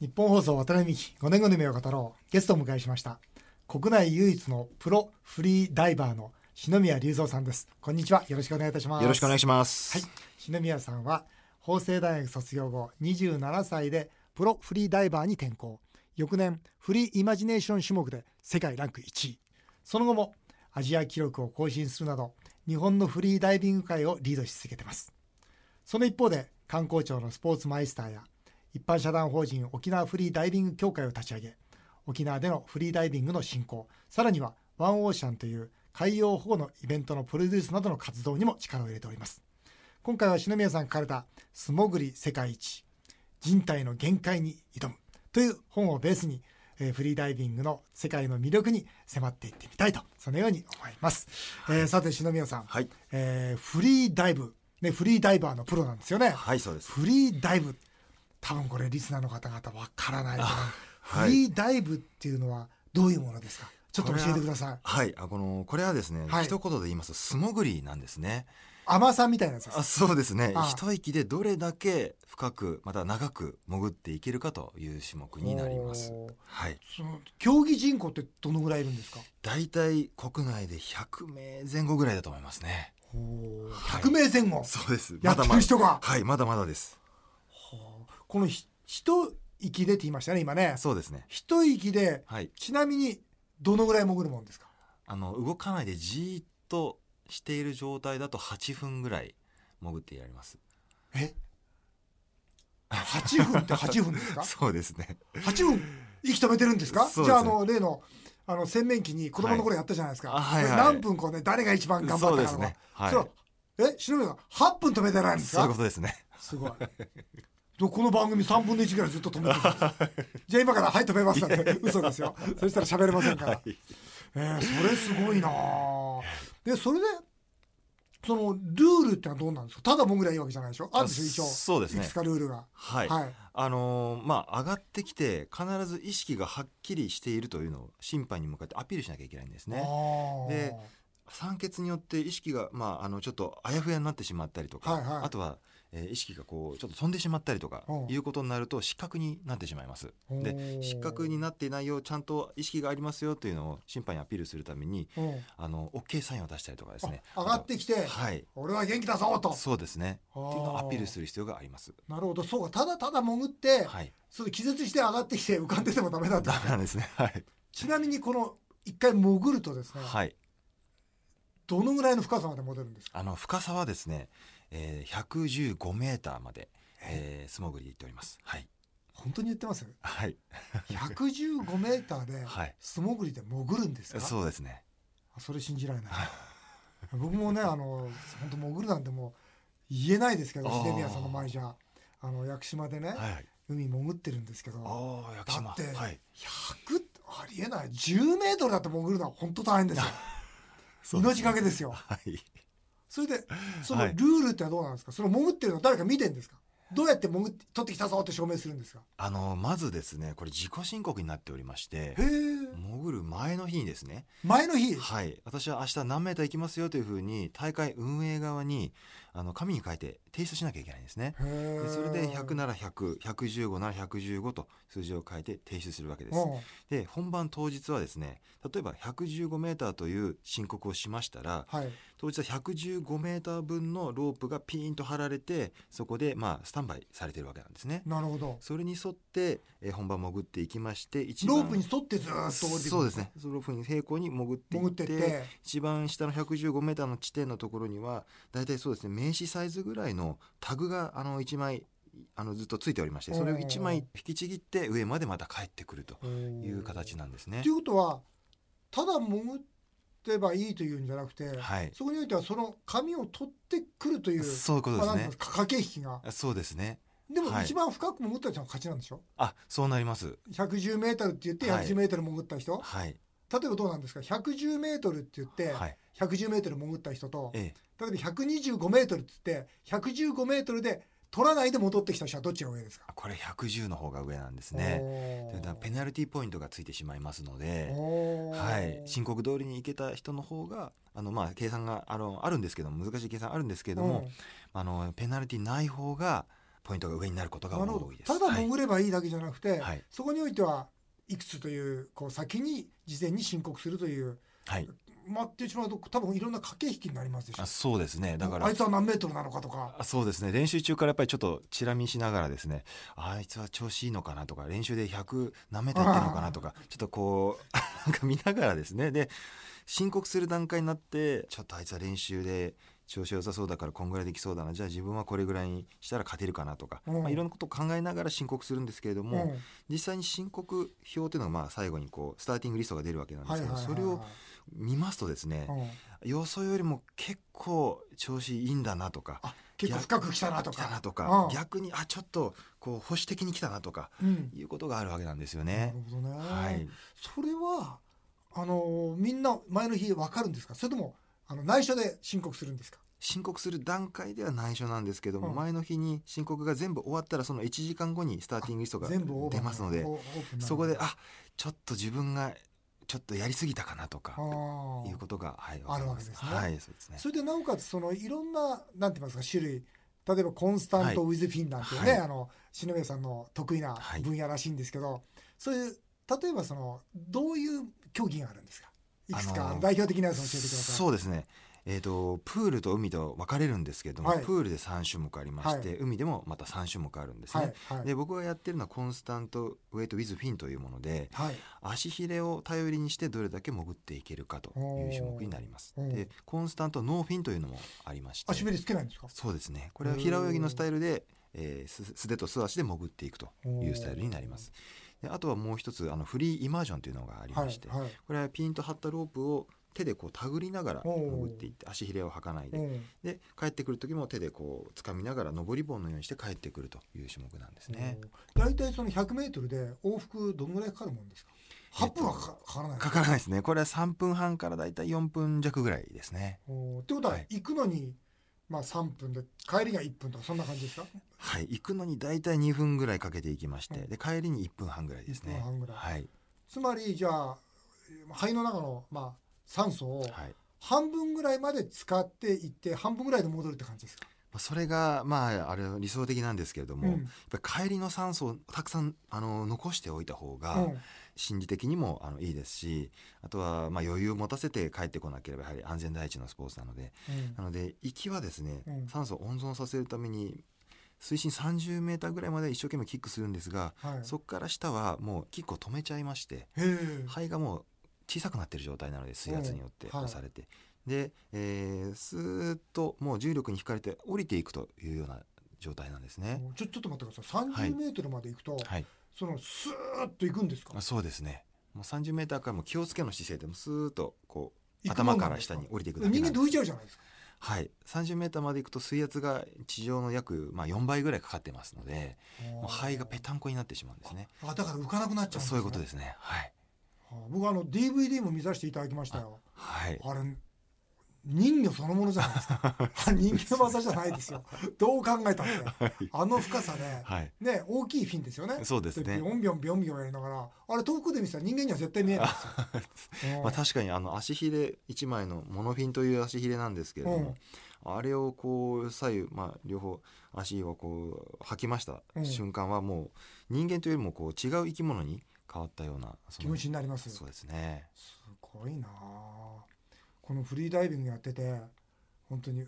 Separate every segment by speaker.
Speaker 1: 日本放送渡辺美希5年後の夢を語ろうゲストをお迎えしました国内唯一のプロフリーダイバーの篠宮隆三さんですこんにちはよろしくお願いいたします
Speaker 2: よろしくお願いします。
Speaker 1: はい、篠宮さんは法政大学卒業後27歳でプロフリーダイバーに転向翌年フリーイマジネーション種目で世界ランク1位その後もアジア記録を更新するなど日本のフリーダイビング界をリードし続けていますその一方で観光庁のスポーツマイスターや一般社団法人沖縄フリーダイビング協会を立ち上げ沖縄でのフリーダイビングの振興さらにはワンオーシャンという海洋保護のイベントのプロデュースなどの活動にも力を入れております今回は篠宮さんが書かれた「素潜り世界一人体の限界に挑む」という本をベースに、えーフリーダイビングの世界の魅力に迫っていってみたいとそのように思います、えーさて篠宮さん、
Speaker 2: はい、
Speaker 1: えーフリーダイブ、ね、フリーダイバーのプロなんですよね、
Speaker 2: はい、そうです。
Speaker 1: フリーダイブ多分これリスナーの方々わからないと思う
Speaker 2: はい
Speaker 1: フリーダイブっていうのはどういうものですかちょっと教えてください
Speaker 2: はい、あこのこれはですね、
Speaker 1: はい
Speaker 2: 一言で言いますと素潜りなんですね。
Speaker 1: 甘さみたいなやつです
Speaker 2: あ、そうですね
Speaker 1: あ。
Speaker 2: 一息でどれだけ深くまた長く潜っていけるかという種目になります。
Speaker 1: おー
Speaker 2: はい。
Speaker 1: その競技人口ってどのぐらいいるんですか
Speaker 2: だいたい国内で100名前後ぐらいだと思いますね。
Speaker 1: 100名前後、
Speaker 2: そうです。
Speaker 1: やってる人が、
Speaker 2: はい、まだまだです。
Speaker 1: ほうこのひ一息でって言いましたね今ね
Speaker 2: そうですね。
Speaker 1: 一息で
Speaker 2: はい。
Speaker 1: ちなみにどのぐらい潜るもんですか
Speaker 2: あの動かないでじーっとしている状態だと8分ぐらい潜ってやります。
Speaker 1: え8分って8分ですか
Speaker 2: そうですね。
Speaker 1: 8分息止めてるんですか
Speaker 2: そうですね
Speaker 1: じゃああの例のあの洗面器に子供の頃やったじゃないですか、
Speaker 2: はいあはいはい
Speaker 1: これ何分こうね誰が一番頑張ったか
Speaker 2: そう
Speaker 1: と
Speaker 2: で
Speaker 1: か
Speaker 2: すね。はい。
Speaker 1: それはえ篠宮さん8分止めてないんです
Speaker 2: そういう
Speaker 1: か
Speaker 2: ことですね。
Speaker 1: すごいでこの番組3分の1ぐらいずっと止めてたんですじゃあ今から「はい止めます」なんて嘘ですよそしたら喋れませんから、
Speaker 2: い
Speaker 1: えーそれすごいなあでそれでそのルールってのはどうなんですかただ僕らいいわけじゃないでしょあるでしょ一応
Speaker 2: そうです
Speaker 1: い
Speaker 2: ね
Speaker 1: くつ。かルールが
Speaker 2: はい。
Speaker 1: はい
Speaker 2: あのーまあ上がってきて必ず意識がはっきりしているというのを審判に向かってアピールしなきゃいけないんです
Speaker 1: あ
Speaker 2: ね。
Speaker 1: ー
Speaker 2: で酸欠によって意識がまああのちょっとあやふやになってしまったりとか、
Speaker 1: はいはい
Speaker 2: あとは、えー意識がこうちょっと飛んでしまったりとか
Speaker 1: うん
Speaker 2: いうことになると失格になってしまいます。で
Speaker 1: で
Speaker 2: 失格になっていないようちゃんと意識がありますよというのを審判にアピールするために
Speaker 1: うん
Speaker 2: あの OK サインを出したりとかですね。
Speaker 1: あ上がってきて
Speaker 2: あとはい。
Speaker 1: 俺は元気だぞと
Speaker 2: そうですね。
Speaker 1: あー
Speaker 2: っていうのをアピールする必要があります。
Speaker 1: なるほどそうかただただ潜って、
Speaker 2: はい。
Speaker 1: それ気絶して上がってきて浮かんでてもダメだと
Speaker 2: ダメなんですね。はい。
Speaker 1: ちなみにこの一回潜るとですね、
Speaker 2: はい。
Speaker 1: どのぐらいの深さまで戻るんですか
Speaker 2: あの深さはですね、えー、115メーターまで、えー、素潜りで行っております。はい。
Speaker 1: 本当に言ってます
Speaker 2: はい。
Speaker 1: 115メーターで
Speaker 2: はい。
Speaker 1: 素潜りで潜るんですかそ
Speaker 2: そうですね。
Speaker 1: それ信じられない僕もねあの本当潜るなんてもう言えないですけど
Speaker 2: あー
Speaker 1: 秀宮さんの前じゃあの屋久島でね、
Speaker 2: はい。
Speaker 1: 海潜ってるんですけど
Speaker 2: ああ、屋久島。
Speaker 1: だって
Speaker 2: はい。
Speaker 1: 100ってありえない10メートルだって潜るのは本当大変です よ命がけですよ
Speaker 2: はい。
Speaker 1: それでその
Speaker 2: は
Speaker 1: ル
Speaker 2: い
Speaker 1: ールってのはどうなんですか、その潜ってるのは誰か見てるんですかどうやって潜って取ってきたぞって証明するんですか
Speaker 2: あのまずですね、これ自己申告になっておりまして
Speaker 1: へ。え
Speaker 2: 潜る前の日にですね、
Speaker 1: 前の日
Speaker 2: はい、私は明日何メーター行きますよというふうに大会運営側にあの紙に書いて提出しなきゃいけないんですね。でそれで100なら100、115なら115と数字を書いて提出するわけです。
Speaker 1: うん
Speaker 2: で本番当日はですね例えば115メーターという申告をしましたら
Speaker 1: はい
Speaker 2: 当日は115メーター分のロープがピーンと張られてそこでまあスタンバイされてるわけなんですね。
Speaker 1: なるほど
Speaker 2: それに沿って、えー本番潜っていきまして一
Speaker 1: ロ
Speaker 2: 番
Speaker 1: ープに沿ってずーっと降りてくる
Speaker 2: そうですねそのロープに平行に潜ってい
Speaker 1: 潜
Speaker 2: っ
Speaker 1: って
Speaker 2: て
Speaker 1: って
Speaker 2: 一番下の115メーターの地点のところには大体そうですね名刺サイズぐらいのタグがあの1枚あのずっとついておりましてそれを1枚引きちぎって上までまた帰ってくるという形なんですね
Speaker 1: とい。うことはただ潜ってばいいというんじゃなくて、
Speaker 2: はい。
Speaker 1: そこにおいてはその紙を取ってくるという
Speaker 2: そういうことで
Speaker 1: まあ
Speaker 2: す
Speaker 1: なんて
Speaker 2: ね
Speaker 1: いうんです。か駆け引きが
Speaker 2: そうですね。
Speaker 1: でも
Speaker 2: はい
Speaker 1: 一番深く潜った人の勝ちなんでしょ、
Speaker 2: あ、そうなります。
Speaker 1: 110メートルって言って
Speaker 2: はい
Speaker 1: 110メートル潜った人、
Speaker 2: はい。
Speaker 1: 例えばどうなんですか110メートルって言って
Speaker 2: はい。
Speaker 1: 110メートル潜った人と、
Speaker 2: ええ。
Speaker 1: 例えば125メートルって言って115メートルで取らないで戻ってきた人はどっちが上ですか
Speaker 2: これ110の方が上なんですね。
Speaker 1: ね
Speaker 2: だからペナルティーポイントがついてしまいますので、は。
Speaker 1: はい
Speaker 2: 申告通りに行けた人の方が、あの、まあ、計算が、あの、あるんですけども、難しい計算あるんですけども、あの、ペナルティーない方が、ポイントが上になることが
Speaker 1: なるほど
Speaker 2: 多いです。
Speaker 1: ただ潜ればいいだけじゃなくて、
Speaker 2: はいはい
Speaker 1: そこにおいてはいくつというこう先に事前に申告するという
Speaker 2: はい、
Speaker 1: 待ってしまうと多分いろんな駆け引きになりますでしょ
Speaker 2: あそうですねだから
Speaker 1: あいつは何メートルなのかとか
Speaker 2: あそうですね練習中からやっぱりちょっとチラ見しながらですねあいつは調子いいのかなとか練習で100何メートルいってるのかなとかちょっとこう なんか見ながらですねで申告する段階になってちょっとあいつは練習で調子良さそうだからこんぐらいできそうだなじゃあ自分はこれぐらいにしたら勝てるかなとか、
Speaker 1: うん
Speaker 2: まあ、いろんなことを考えながら申告するんですけれども、
Speaker 1: うん
Speaker 2: 実際に申告表っていうのがまあ最後にこうスターティングリストが出るわけなんで
Speaker 1: はい
Speaker 2: す
Speaker 1: は
Speaker 2: け
Speaker 1: い
Speaker 2: ど、
Speaker 1: はいはい
Speaker 2: それを見ますとですね、
Speaker 1: うん
Speaker 2: 予想よりも結構調子いいんだなとか
Speaker 1: あ結構深く来たなと
Speaker 2: 来たな
Speaker 1: か。
Speaker 2: とか
Speaker 1: うん
Speaker 2: 逆にあちょっとこう保守的に来たなとか
Speaker 1: うん
Speaker 2: いうことがあるわけなんですよ
Speaker 1: なる
Speaker 2: ね。
Speaker 1: ほどね、
Speaker 2: はい、
Speaker 1: それはあのみんな前の日わかるんですかそれともあの内緒で申告するんですか
Speaker 2: 申告する段階では内緒なんですけども、
Speaker 1: うん
Speaker 2: 前の日に申告が全部終わったらその1時間後にスターティングリストが
Speaker 1: 全部オーバー
Speaker 2: 出ますので
Speaker 1: オープンな
Speaker 2: そこであちょっと自分がちょっとやりすぎたかなとか
Speaker 1: あー
Speaker 2: いうことが、はい、
Speaker 1: あるわけですね
Speaker 2: はいそうですね
Speaker 1: それでなおかつそのいろんななんて言いますか種類例えばコンスタント・ウィズ・フィンなんていうね、
Speaker 2: はい
Speaker 1: あの篠宮さんの得意な
Speaker 2: はい
Speaker 1: 分野らしいんですけど、そういう例えばそのどういう競技があるんですかいくつか
Speaker 2: あの
Speaker 1: 代表的なやつを教えてください。
Speaker 2: そうですねえー、とプールと海と分かれるんですけれども、
Speaker 1: はい
Speaker 2: プールで3種目ありまして、海でもまた3種目あるんですね、
Speaker 1: はいはい
Speaker 2: で僕がやってるのはコンスタントウェイトウィズフィンというもので
Speaker 1: はい
Speaker 2: 足ひれを頼りにしてどれだけ潜っていけるかという種目になります
Speaker 1: おー
Speaker 2: でコンスタントノーフィンというのもありまして
Speaker 1: あしびれつけないんですか
Speaker 2: そうですねこれは平泳ぎのスタイルで、えーす素手と素足で潜っていくというスタイルになりますであとはもう一つあのフリーイマージョンというのがあり
Speaker 1: は
Speaker 2: ま
Speaker 1: い
Speaker 2: して、
Speaker 1: はい
Speaker 2: これはピンと張ったロープを手でこう手繰りながら
Speaker 1: おー
Speaker 2: 潜っていって足ひれを履かないで
Speaker 1: うん
Speaker 2: で帰ってくる時も手でこう掴みながら登り棒のようにして帰ってくるという種目なんですね。
Speaker 1: 大体その 100m で往復どのぐらいかかるもんですか
Speaker 2: え
Speaker 1: 8
Speaker 2: っと
Speaker 1: 分はかかからない
Speaker 2: かからないですねこれは3分半からだいたい4分弱ぐらいですね
Speaker 1: おーってことは
Speaker 2: はい
Speaker 1: 行くのに、まあ、3分で帰りが1分とかそんな感じですか
Speaker 2: はい行くのにだいたい2分ぐらいかけていきまして
Speaker 1: うん
Speaker 2: で帰りに1分半ぐらいです
Speaker 1: 1分
Speaker 2: ね
Speaker 1: 半ぐらい
Speaker 2: はい
Speaker 1: つまりじゃあ肺の中の、まあ、酸素を
Speaker 2: はい
Speaker 1: 半分ぐらいまで使っていって半分ぐらいで戻るって感じですか、
Speaker 2: まあそれがまああれ理想的なんですけれども、
Speaker 1: うん
Speaker 2: やっぱり帰りの酸素をたくさんあの残しておいた方
Speaker 1: う
Speaker 2: が
Speaker 1: ん
Speaker 2: 心理的にもあのいいですしあとはまあ余裕を持たせて帰ってこなければやはり安全第一のスポーツなので
Speaker 1: うん
Speaker 2: なので行きはですね、
Speaker 1: うん
Speaker 2: 酸素を温存させるために水深30メーターぐらいまで一生懸命キックするんですが、
Speaker 1: はい、
Speaker 2: そこから下はもうキックを止めちゃいまして
Speaker 1: へえ
Speaker 2: 肺がもう小さくなってる状態なので水圧によって
Speaker 1: うんはい
Speaker 2: 押されて、で、えー、スーッともう重力に引かれて降りていくというような状態なんですね。
Speaker 1: ちょちょっと待ってください3 0ルまで行くと、
Speaker 2: はい、
Speaker 1: そのスーッと行くんですか
Speaker 2: あそうですねもう30メーターからもう気をつけの姿勢でもスーッとこう
Speaker 1: 行くも
Speaker 2: 頭
Speaker 1: んな
Speaker 2: か
Speaker 1: んで
Speaker 2: ら
Speaker 1: す
Speaker 2: 下に降りていくだけ
Speaker 1: 人
Speaker 2: な
Speaker 1: 間
Speaker 2: んで
Speaker 1: どいち
Speaker 2: す
Speaker 1: ゃうじゃないですか
Speaker 2: はい30メーターまで行くと水圧が地上の約、まあ、4倍ぐらいかかってますのでもう肺がぺたんこになってしまうんですね
Speaker 1: あだから浮かなくなっちゃうん
Speaker 2: そういうことですすねはい
Speaker 1: ね、はあ僕あの DVD も見させていただきましたよ
Speaker 2: はい
Speaker 1: あれ人魚そのものじゃないですか 人魚の技じゃないですよどう考えたってあの深さで、
Speaker 2: はい
Speaker 1: ね大きいフィンですよね
Speaker 2: そうですね
Speaker 1: ビョンビョンビョンビョンやりながらあれ遠くで見てたら人間には絶対見えないですよ、うん
Speaker 2: まあ、確かにあの足ひれ1枚のモノフィンという足ひれなんですけれども、あれをこう左右、まあ、両方足をこう吐きました
Speaker 1: うん
Speaker 2: 瞬間はもう人間というよりもこう違う生き物に変わったようなそ
Speaker 1: 気
Speaker 2: の
Speaker 1: 持ちになります
Speaker 2: そうですね
Speaker 1: すごいなあこのフリーダイビングやってて本当に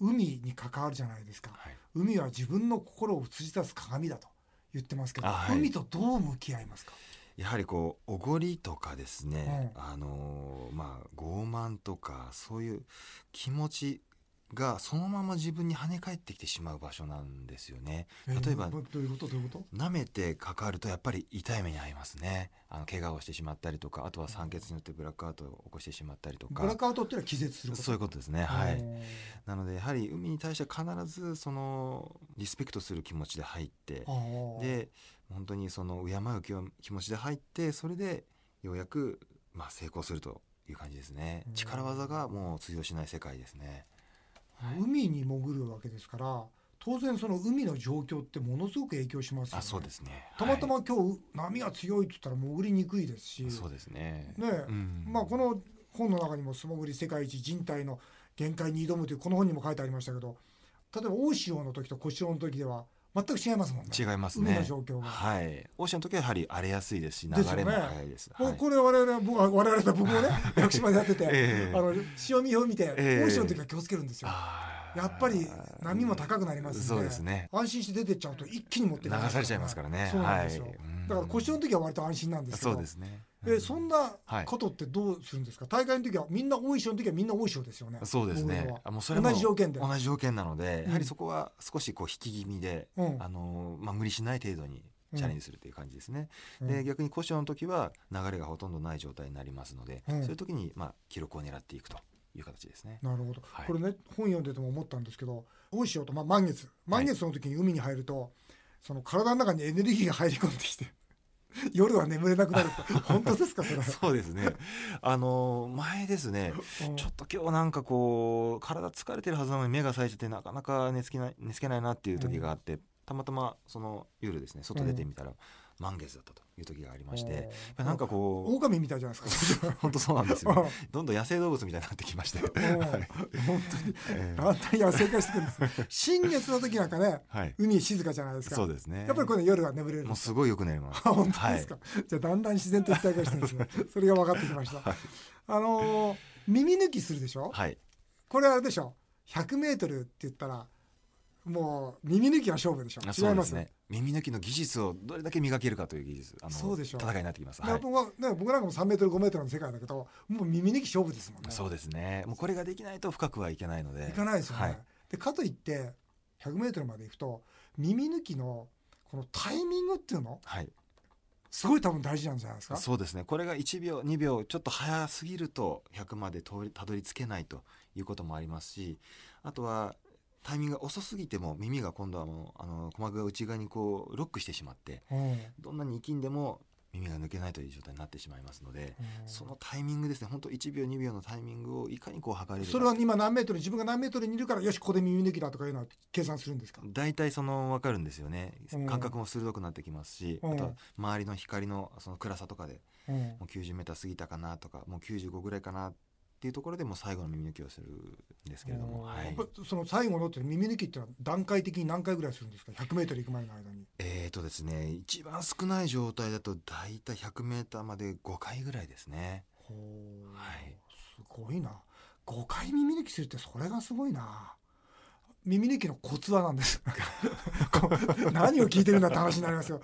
Speaker 1: 海に関わるじゃないですか
Speaker 2: はい
Speaker 1: 海は自分の心を映し出す鏡だと言ってますけど、
Speaker 2: あはい
Speaker 1: 海とどう向き合いますか、
Speaker 2: やはりこうおごりとかですね、あのーまあ傲慢とかそういう気持ちがそのまま自分に跳ね返ってきてしまう場所なんですよね。例えば
Speaker 1: どどういうことどういうこと
Speaker 2: 舐めてかかるとやっぱり痛い目に遭いますねあの怪我をしてしまったりとかあとは酸欠によってブラックアウトを起こしてしまったりと
Speaker 1: ブラッ
Speaker 2: か
Speaker 1: クアウトっていうのは気絶すること
Speaker 2: そういうことですねはい
Speaker 1: うん
Speaker 2: なのでやはり海に対して必ずそのリスペクトする気持ちで入って
Speaker 1: あー
Speaker 2: で本当にその敬う気を気持ちで入ってそれでようやくまあ成功するという感じですね
Speaker 1: うん
Speaker 2: 力技がもう通用しない世界ですね
Speaker 1: 海に潜るわけですから当然その海の状況ってものすごく影響しますよね
Speaker 2: あそうですね
Speaker 1: たまた
Speaker 2: は
Speaker 1: ま今日波が強いって言ったら潜りにくいですし
Speaker 2: いそうですね
Speaker 1: ねえ
Speaker 2: うん
Speaker 1: まあ、この本の中にも「素潜り世界一人体の限界に挑む」というこの本にも書いてありましたけど例えば大潮の時と小潮の時では全く違いますもんね。
Speaker 2: 違います
Speaker 1: 海の
Speaker 2: ね
Speaker 1: 状況が。
Speaker 2: はいオーシャンの時はやはり荒れやすいですし流
Speaker 1: ですよね
Speaker 2: れも速いです
Speaker 1: も
Speaker 2: は
Speaker 1: う
Speaker 2: い
Speaker 1: これ我々は僕は我々と僕もね屋久島でやってて、
Speaker 2: ええ
Speaker 1: あの潮見表見て、
Speaker 2: ええ
Speaker 1: 大潮の時は気をつけるんですよ。
Speaker 2: あー
Speaker 1: やっぱり波も高くなりますんで
Speaker 2: そうですね
Speaker 1: 安心して出てっちゃうと一気に持って
Speaker 2: 流
Speaker 1: いかれ
Speaker 2: されちゃいますからね
Speaker 1: そうなんですよ、
Speaker 2: はいうん
Speaker 1: だから故障の時は割と安心なんですけど
Speaker 2: そうですね
Speaker 1: えそんな
Speaker 2: はい
Speaker 1: ことってどうするんですか、大会の時はみんな大潮の時はみんな大潮ですよね
Speaker 2: そうです
Speaker 1: 大
Speaker 2: ね
Speaker 1: 物は
Speaker 2: あもうそれも
Speaker 1: 同じ条件で
Speaker 2: 同じ条件なの
Speaker 1: う
Speaker 2: で
Speaker 1: ん
Speaker 2: やはりそこは少しこう引き気味で、
Speaker 1: うん
Speaker 2: あのーまあ、無理しない程度にチャレンジするという感じですね、
Speaker 1: うん
Speaker 2: で逆に故障の時は流れがほとんどない状態になりますので、
Speaker 1: うん
Speaker 2: そういう時にまあ記録を狙っていくという形ですね。
Speaker 1: なるほど、
Speaker 2: はい
Speaker 1: これね本読んでても思ったんですけど大潮と、まあ、満月満月の時に海に入ると、その体の中にエネルギーが入り込んできて 夜は眠れなくなる って本当ですかそれ
Speaker 2: そうですね。あのー前ですね、
Speaker 1: うん
Speaker 2: ちょっと今日なんかこう体疲れてるはずなのに目が冴えててなかなか寝つけない寝つけないなっていう時があって、たまたまその夜ですね外出てみたら満月だったという時がありまして、やっぱりなんかこう
Speaker 1: 狼みたいじゃないですか
Speaker 2: 本当そうなんですよ、
Speaker 1: うん
Speaker 2: ね、どんどん野生動物みたいになってきまして、はい
Speaker 1: 本当に
Speaker 2: ええ
Speaker 1: だんだん野生化してくるんです新月の時なんかね
Speaker 2: はい、
Speaker 1: 海静かじゃないですか
Speaker 2: そうですね
Speaker 1: やっぱりこれ夜は眠れるん
Speaker 2: も
Speaker 1: で
Speaker 2: う
Speaker 1: す
Speaker 2: すごいよくなります
Speaker 1: あ 本当ですか、じゃあだんだん自然と一体化してるんです ねそれが分かってきました、
Speaker 2: はい
Speaker 1: あのー耳抜きするでしょ、
Speaker 2: はい、はい
Speaker 1: これあれでしょ 100m って言ったらもう耳抜きは勝負でしょ
Speaker 2: あ
Speaker 1: 違
Speaker 2: そ
Speaker 1: いう
Speaker 2: で
Speaker 1: ますすね
Speaker 2: ね耳抜きの技術をどれだけ磨けるかという技術あの
Speaker 1: そうでしょう
Speaker 2: 戦いになってきます、はい、
Speaker 1: 僕はね僕なんかも 3m5m の世界だけどもう耳抜き勝負ですもんね
Speaker 2: そうですねもうこれができないと深くはいけないので
Speaker 1: いかないですよね、
Speaker 2: はい
Speaker 1: でかといって 100m まで行くと耳抜きのこのタイミングっていうの
Speaker 2: はい
Speaker 1: すごい多分大事なんじゃないですか
Speaker 2: そうですねこれが1秒2秒ちょっと早すぎると100まで通りたどり着けないということもありますしあとはタイミングが遅すぎても耳が今度はもうあの鼓膜が内側にこうロックしてしまって
Speaker 1: うん、うん
Speaker 2: どんなに息んでも耳が抜けないという状態になってしまいますのでそのタイミングですね本当1秒2秒のタイミングをいかにこう測れるか
Speaker 1: それは今何メートル自分が何メートルにいるからよしここで耳抜きだとかいうのは計算するんですか
Speaker 2: 大体その分かるんですよね
Speaker 1: うん
Speaker 2: 感覚も鋭くなってきますし、
Speaker 1: うん
Speaker 2: あとは周りの光のその暗さとかで
Speaker 1: うん
Speaker 2: もう 90m 過ぎたかなとかもう95ぐらいかなっていうところでもう最後の耳抜きをするんですけれども、は
Speaker 1: やっ
Speaker 2: い
Speaker 1: ぱ、その最後のって耳抜きってのは段階的に何回ぐらいするんですか 100m 行く前の間に
Speaker 2: えーとですね一番少ない状態だと大体 100m まで5回ぐらいですねはい
Speaker 1: すごいな5回耳抜きするってそれがすごいな耳抜きのコツはなんです こう 何を聞いてるんだって話になり ますよ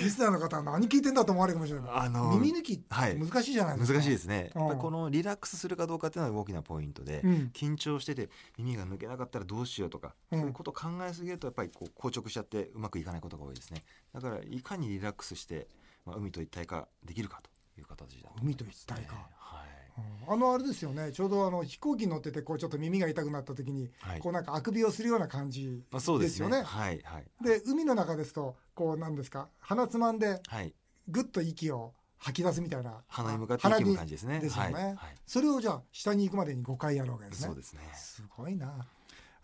Speaker 1: リスナーの方は何聞いてんだと思われるかもしれない
Speaker 2: あの
Speaker 1: 耳抜きって
Speaker 2: はい
Speaker 1: 難しいじゃないで
Speaker 2: 難
Speaker 1: すか、
Speaker 2: しいですね、
Speaker 1: うん
Speaker 2: やっぱりこのリラックスするかどうかっていうのが大きなポイントで、
Speaker 1: うん
Speaker 2: 緊張してて耳が抜けなかったらどうしようとか、
Speaker 1: うん
Speaker 2: そういうことを考えすぎるとやっぱりこう硬直しちゃってうまくいかないことが多いですねだからいかにリラックスして、まあ、海と一体化できるかという形だと思いますね
Speaker 1: 海と一体化
Speaker 2: はい
Speaker 1: うんあのあれですよねちょうどあの飛行機に乗っててこうちょっと耳が痛くなった時に、
Speaker 2: はい
Speaker 1: こうなんかあくびをするような感じ
Speaker 2: まあ、そうですね
Speaker 1: ですよね
Speaker 2: はいはい
Speaker 1: で海の中ですとこうなんですか鼻つまんで
Speaker 2: はい
Speaker 1: ぐっと息を吐き出すみたいな
Speaker 2: 鼻に向かって息む感じですね
Speaker 1: 鼻にですよね
Speaker 2: はいはい、
Speaker 1: それをじゃあ下に行くまでに5回やるわけですね
Speaker 2: そうですね
Speaker 1: すごいな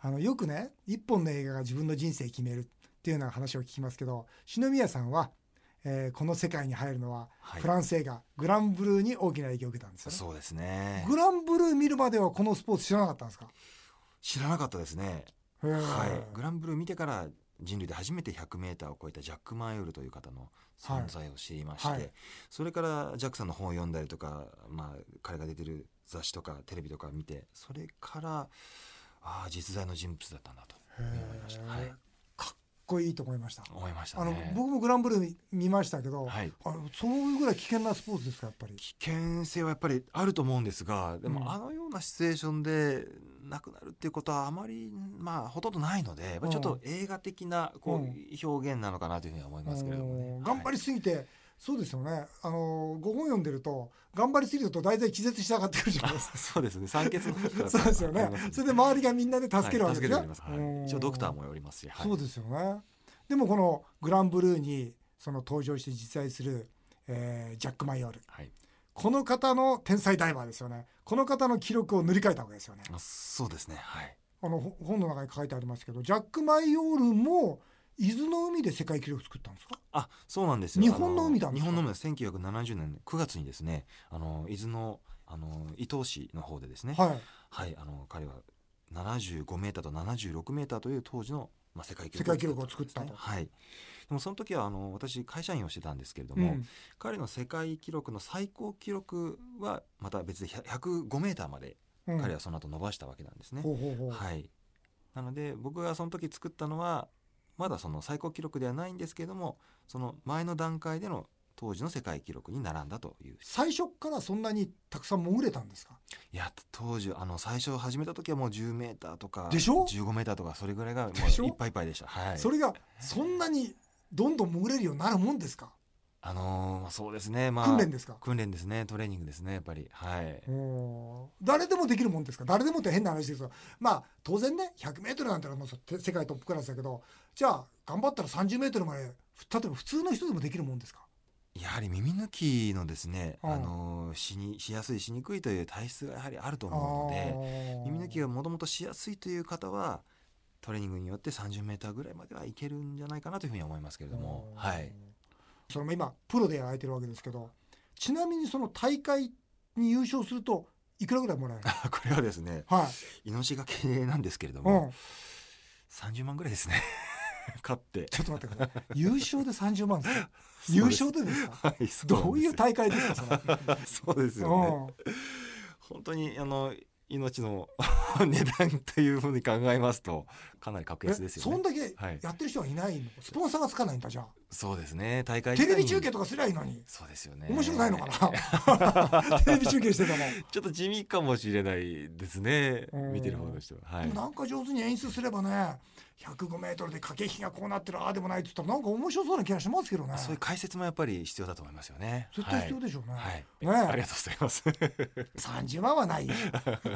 Speaker 1: あのよくね一本の映画が自分の人生決めるっていうような話を聞きますけど篠宮さんは、えーこの世界に入るのは、
Speaker 2: はい
Speaker 1: フランス映画「グランブルー」に大きな影響を受けたんですよね
Speaker 2: そうですね
Speaker 1: グランブルー見るまではこのスポーツ知らなかったんですか
Speaker 2: 知らなかったですね
Speaker 1: へー
Speaker 2: はいグランブルー見てから人類で初めて 100m を超えたジャック・マーヨルという方の存在を知りまして、
Speaker 1: はいはい
Speaker 2: それからジャックさんの本を読んだりとか、まあ、彼が出てる雑誌とかテレビとか見てそれからああ実在の人物だったんだと思いました、は
Speaker 1: へ
Speaker 2: い
Speaker 1: ー、かっこいいと思いました
Speaker 2: 思いました
Speaker 1: あの
Speaker 2: ね
Speaker 1: 僕もグランブルー見見ましたけど、
Speaker 2: はい
Speaker 1: あのそういうぐらい危険なスポーツですかやっぱり。
Speaker 2: 危険性はやっぱりあると思うんですがで
Speaker 1: うん
Speaker 2: もあのようなシチュエーションでなくなるっていうことはあまりまあほとんどないのでやっぱりちょっと映画的な
Speaker 1: う
Speaker 2: こ
Speaker 1: ん
Speaker 2: う表現なのかなというふうには思いますけれどもね
Speaker 1: うん。頑張りすぎて、そうですよねあのご本読んでると頑張りすぎると大体気絶しながってくるじゃない
Speaker 2: はい
Speaker 1: で
Speaker 2: あ
Speaker 1: す
Speaker 2: そうですね酸欠の時から
Speaker 1: か そうですよね
Speaker 2: あります
Speaker 1: それで周りがみんなで助けるわけです
Speaker 2: は
Speaker 1: よ
Speaker 2: い助けてくれますはい一応ドクター、もおりますし、はい
Speaker 1: そうですよねでもこのグランブルーにその登場して実在する、えージャック・マイオール
Speaker 2: はい
Speaker 1: この方の天才ダイバーですよねこの方の記録を塗り替えたわけですよね
Speaker 2: あそうですねはい
Speaker 1: あのほ本の中に書いてありますけどジャック・マイオールも伊豆の海で世界記録作ったんですか
Speaker 2: あそうなんですよ
Speaker 1: 日本の海だ
Speaker 2: あ日本の海は1970年9月にですねあの伊豆のあの伊東市の方でですね
Speaker 1: はい
Speaker 2: はい、あの彼は75メーターと76メーターという当時のまあ、世界記
Speaker 1: 世
Speaker 2: 録
Speaker 1: 界記録を作ったと。
Speaker 2: はい、でもその時はあの私会社員をしてたんですけれど
Speaker 1: う
Speaker 2: も、
Speaker 1: ん
Speaker 2: 彼の世界記録の最高記録はまた別で105メーターまで
Speaker 1: うん
Speaker 2: 彼はその後伸ばしたわけなんですね。
Speaker 1: ほうほうほう
Speaker 2: はい、なので僕がその時作ったのはまだその最高記録ではないんですけれどもその前の段階での当時の世界記録に並んだという
Speaker 1: 最初からそんなにたくさん潜れたんですか
Speaker 2: いや当時あの最初始めた時はもう1 0メーターとか
Speaker 1: でしょ
Speaker 2: 15メーターとかそれぐらいがもう
Speaker 1: でしょ
Speaker 2: いっぱいいっぱいでした。はい、
Speaker 1: それがそんなにどんどん潜れるようになるもんですか
Speaker 2: あのーそうですねまあ
Speaker 1: 訓練ですか
Speaker 2: 訓練ですねトレーニングですねやっぱりはい。
Speaker 1: おー誰でもできるもんですか誰でもって変な話ですがまあ当然ね 100m なんてのはもうて世界トップクラスだけどじゃあ頑張ったら 30m まで例えば普通の人でもできるもんですか
Speaker 2: やはり耳抜きのですね、
Speaker 1: うん
Speaker 2: あのしにしやすいしにくいという体質がやはりあると思うの
Speaker 1: あー
Speaker 2: で耳抜きがもともとしやすいという方はトレーニングによって3 0ーぐらいまではいけるんじゃないかなというふうに思いますけれども、
Speaker 1: うん
Speaker 2: はい、
Speaker 1: それも今プロでやられてるわけですけどちなみにその大会に優勝するといくらぐらいもらえるの
Speaker 2: これはですね
Speaker 1: はい、
Speaker 2: 命がけなんですけれど
Speaker 1: う
Speaker 2: も、
Speaker 1: ん、
Speaker 2: 30万ぐらいですね 勝って
Speaker 1: ちょっと待ってください優勝で30万ですか
Speaker 2: うです
Speaker 1: 優勝でです か
Speaker 2: はいそなんです
Speaker 1: どういう大会ですかそれ
Speaker 2: そうですよね本当にあの命の 値段というふうに考えますとかなり格
Speaker 1: うんえ
Speaker 2: 安ですよ
Speaker 1: そ
Speaker 2: ね
Speaker 1: んだけ
Speaker 2: はい
Speaker 1: やってる人はいないのスポンサーがつかないんだじゃあ
Speaker 2: そうですね大会
Speaker 1: テ
Speaker 2: 自体
Speaker 1: レビ
Speaker 2: に
Speaker 1: 中継とかすりゃいいのに
Speaker 2: そうですよね
Speaker 1: 面白くないのかなテレビ中継してても、
Speaker 2: ちょっと地味かもしれないですね
Speaker 1: うん
Speaker 2: 見てる方としてはは
Speaker 1: で
Speaker 2: い
Speaker 1: もなんか上手に演出すればね105メートルで駆け引きがこうなってるああでもないって言ったらなんか面白そうな気がしますけどね
Speaker 2: そういう解説もやっぱり必要だと思いますよね
Speaker 1: 絶対必要
Speaker 2: で
Speaker 1: でしょうね、
Speaker 2: はい、
Speaker 1: ねえ
Speaker 2: ありがとうございます
Speaker 1: 30万は ないよ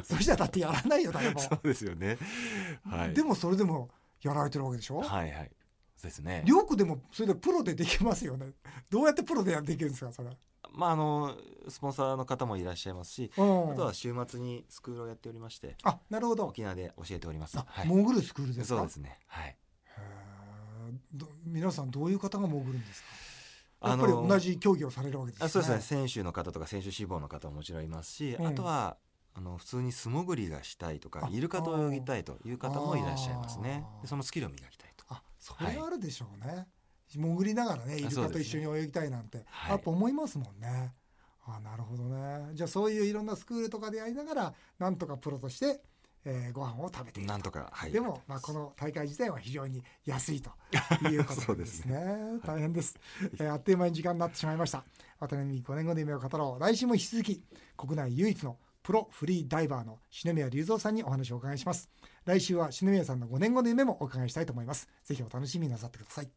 Speaker 1: そしたらだってやらないよ誰も、
Speaker 2: そうですよねはい
Speaker 1: でもそれでもやられてるわけでしょ、
Speaker 2: はいはいそうですね
Speaker 1: りょうくでもそれでプロでできますよねどうやってプロでできるんですかそれ、
Speaker 2: まああのスポンサーの方もいらっしゃいますし
Speaker 1: うん
Speaker 2: あとは週末にスクールをやっておりまして
Speaker 1: あなるほど
Speaker 2: 沖縄で教えております
Speaker 1: あ、
Speaker 2: はい
Speaker 1: 潜るスクールですか
Speaker 2: そうですねはい
Speaker 1: へーど皆さんどういう方が潜るんですかや
Speaker 2: あ
Speaker 1: っ
Speaker 2: の
Speaker 1: ぱり同じ競技をされるわけですよね
Speaker 2: あそうですね選手の方とか選手志望の方ももちろんいますし、
Speaker 1: うん
Speaker 2: あとはあの普通に素潜りがしたいとか
Speaker 1: あ
Speaker 2: イルカと泳ぎたいという方もいらっしゃいますね
Speaker 1: あー
Speaker 2: でそのスキルを磨きたいと
Speaker 1: あそれはあるでしょうね、潜りながらねイル
Speaker 2: そ
Speaker 1: カ
Speaker 2: う
Speaker 1: と
Speaker 2: で
Speaker 1: 一
Speaker 2: す
Speaker 1: 緒
Speaker 2: ね
Speaker 1: に泳ぎたいなんて、
Speaker 2: はい
Speaker 1: やっぱ思いますもんねあなるほどねじゃあそういういろんなスクールとかでやりながらなんとかプロとして、えー、ご飯を食べている
Speaker 2: なんとかはい
Speaker 1: でも、まあ、この大会自体は非常に安いということな
Speaker 2: そ
Speaker 1: ん
Speaker 2: う
Speaker 1: で
Speaker 2: ですす
Speaker 1: ね。 大変です、えーあっという間に時間になってしまいました。渡辺美5年後の夢を語ろう。来週も引き続き、国内唯一のプロフリーダイバーの篠宮隆三さんにお話をお伺いします。来週は篠宮さんの5年後の夢もお伺いしたいと思います。ぜひお楽しみになさってください。